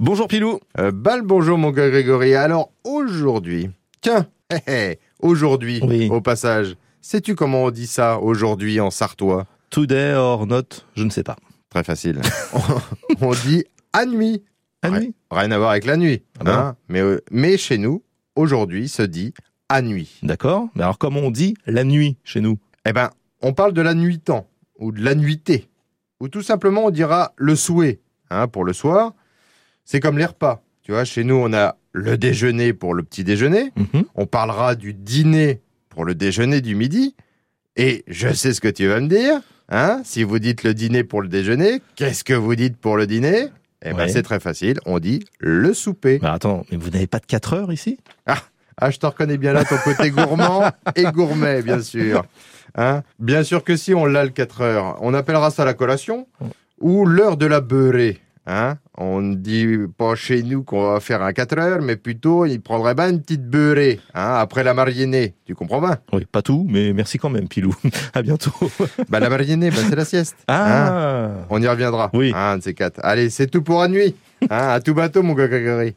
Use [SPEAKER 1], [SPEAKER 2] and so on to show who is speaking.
[SPEAKER 1] Bonjour Pilou.
[SPEAKER 2] Euh, bal bonjour mon gars Grégory. Alors aujourd'hui, tiens, hé, hé, aujourd'hui,
[SPEAKER 1] Oui.
[SPEAKER 2] au passage, sais-tu comment on dit ça aujourd'hui en sartois
[SPEAKER 1] Today or not, je ne sais pas.
[SPEAKER 2] Très facile. on dit à nuit.
[SPEAKER 1] Ah
[SPEAKER 2] Ouais.
[SPEAKER 1] oui
[SPEAKER 2] Rien à voir avec la nuit.
[SPEAKER 1] Ah bon
[SPEAKER 2] hein. mais, euh, mais chez nous, aujourd'hui se dit à nuit.
[SPEAKER 1] D'accord. Mais alors comment on dit la nuit chez nous
[SPEAKER 2] Eh ben, on parle de la nuitant ou de la nuitée. Ou tout simplement on dira le souhait hein, pour le soir. C'est comme les repas. Tu vois, chez nous, on a le déjeuner pour le petit déjeuner.
[SPEAKER 1] Mhm.
[SPEAKER 2] On parlera du dîner pour le déjeuner du midi. Et je sais ce que tu vas me dire. Hein si vous dites le dîner pour le déjeuner, qu'est-ce que vous dites pour le dîner Eh ben,
[SPEAKER 1] Ouais.
[SPEAKER 2] c'est très facile. On dit le souper.
[SPEAKER 1] Mais attends, mais vous n'avez pas de 4 heures ici
[SPEAKER 2] Ah, je te reconnais bien là, ton côté gourmand et gourmet, bien sûr. Hein bien sûr que si, on l'a le 4 heures. On appellera ça la collation ou l'heure de la beurrée. Hein on ne dit pas chez nous qu'on va faire un 4 heures, mais plutôt, il prendrait bien une petite beurrée hein, après la mariénée. Tu comprends bien
[SPEAKER 1] Oui, pas tout, mais merci quand même Pilou. à bientôt.
[SPEAKER 2] Bah, la mariénée, bah, c'est la sieste.
[SPEAKER 1] Ah
[SPEAKER 2] On y reviendra.
[SPEAKER 1] Oui.
[SPEAKER 2] Hein, Un de ces quatre. Allez, c'est tout pour la nuit. Hein, à tout bateau, mon gars Grégory.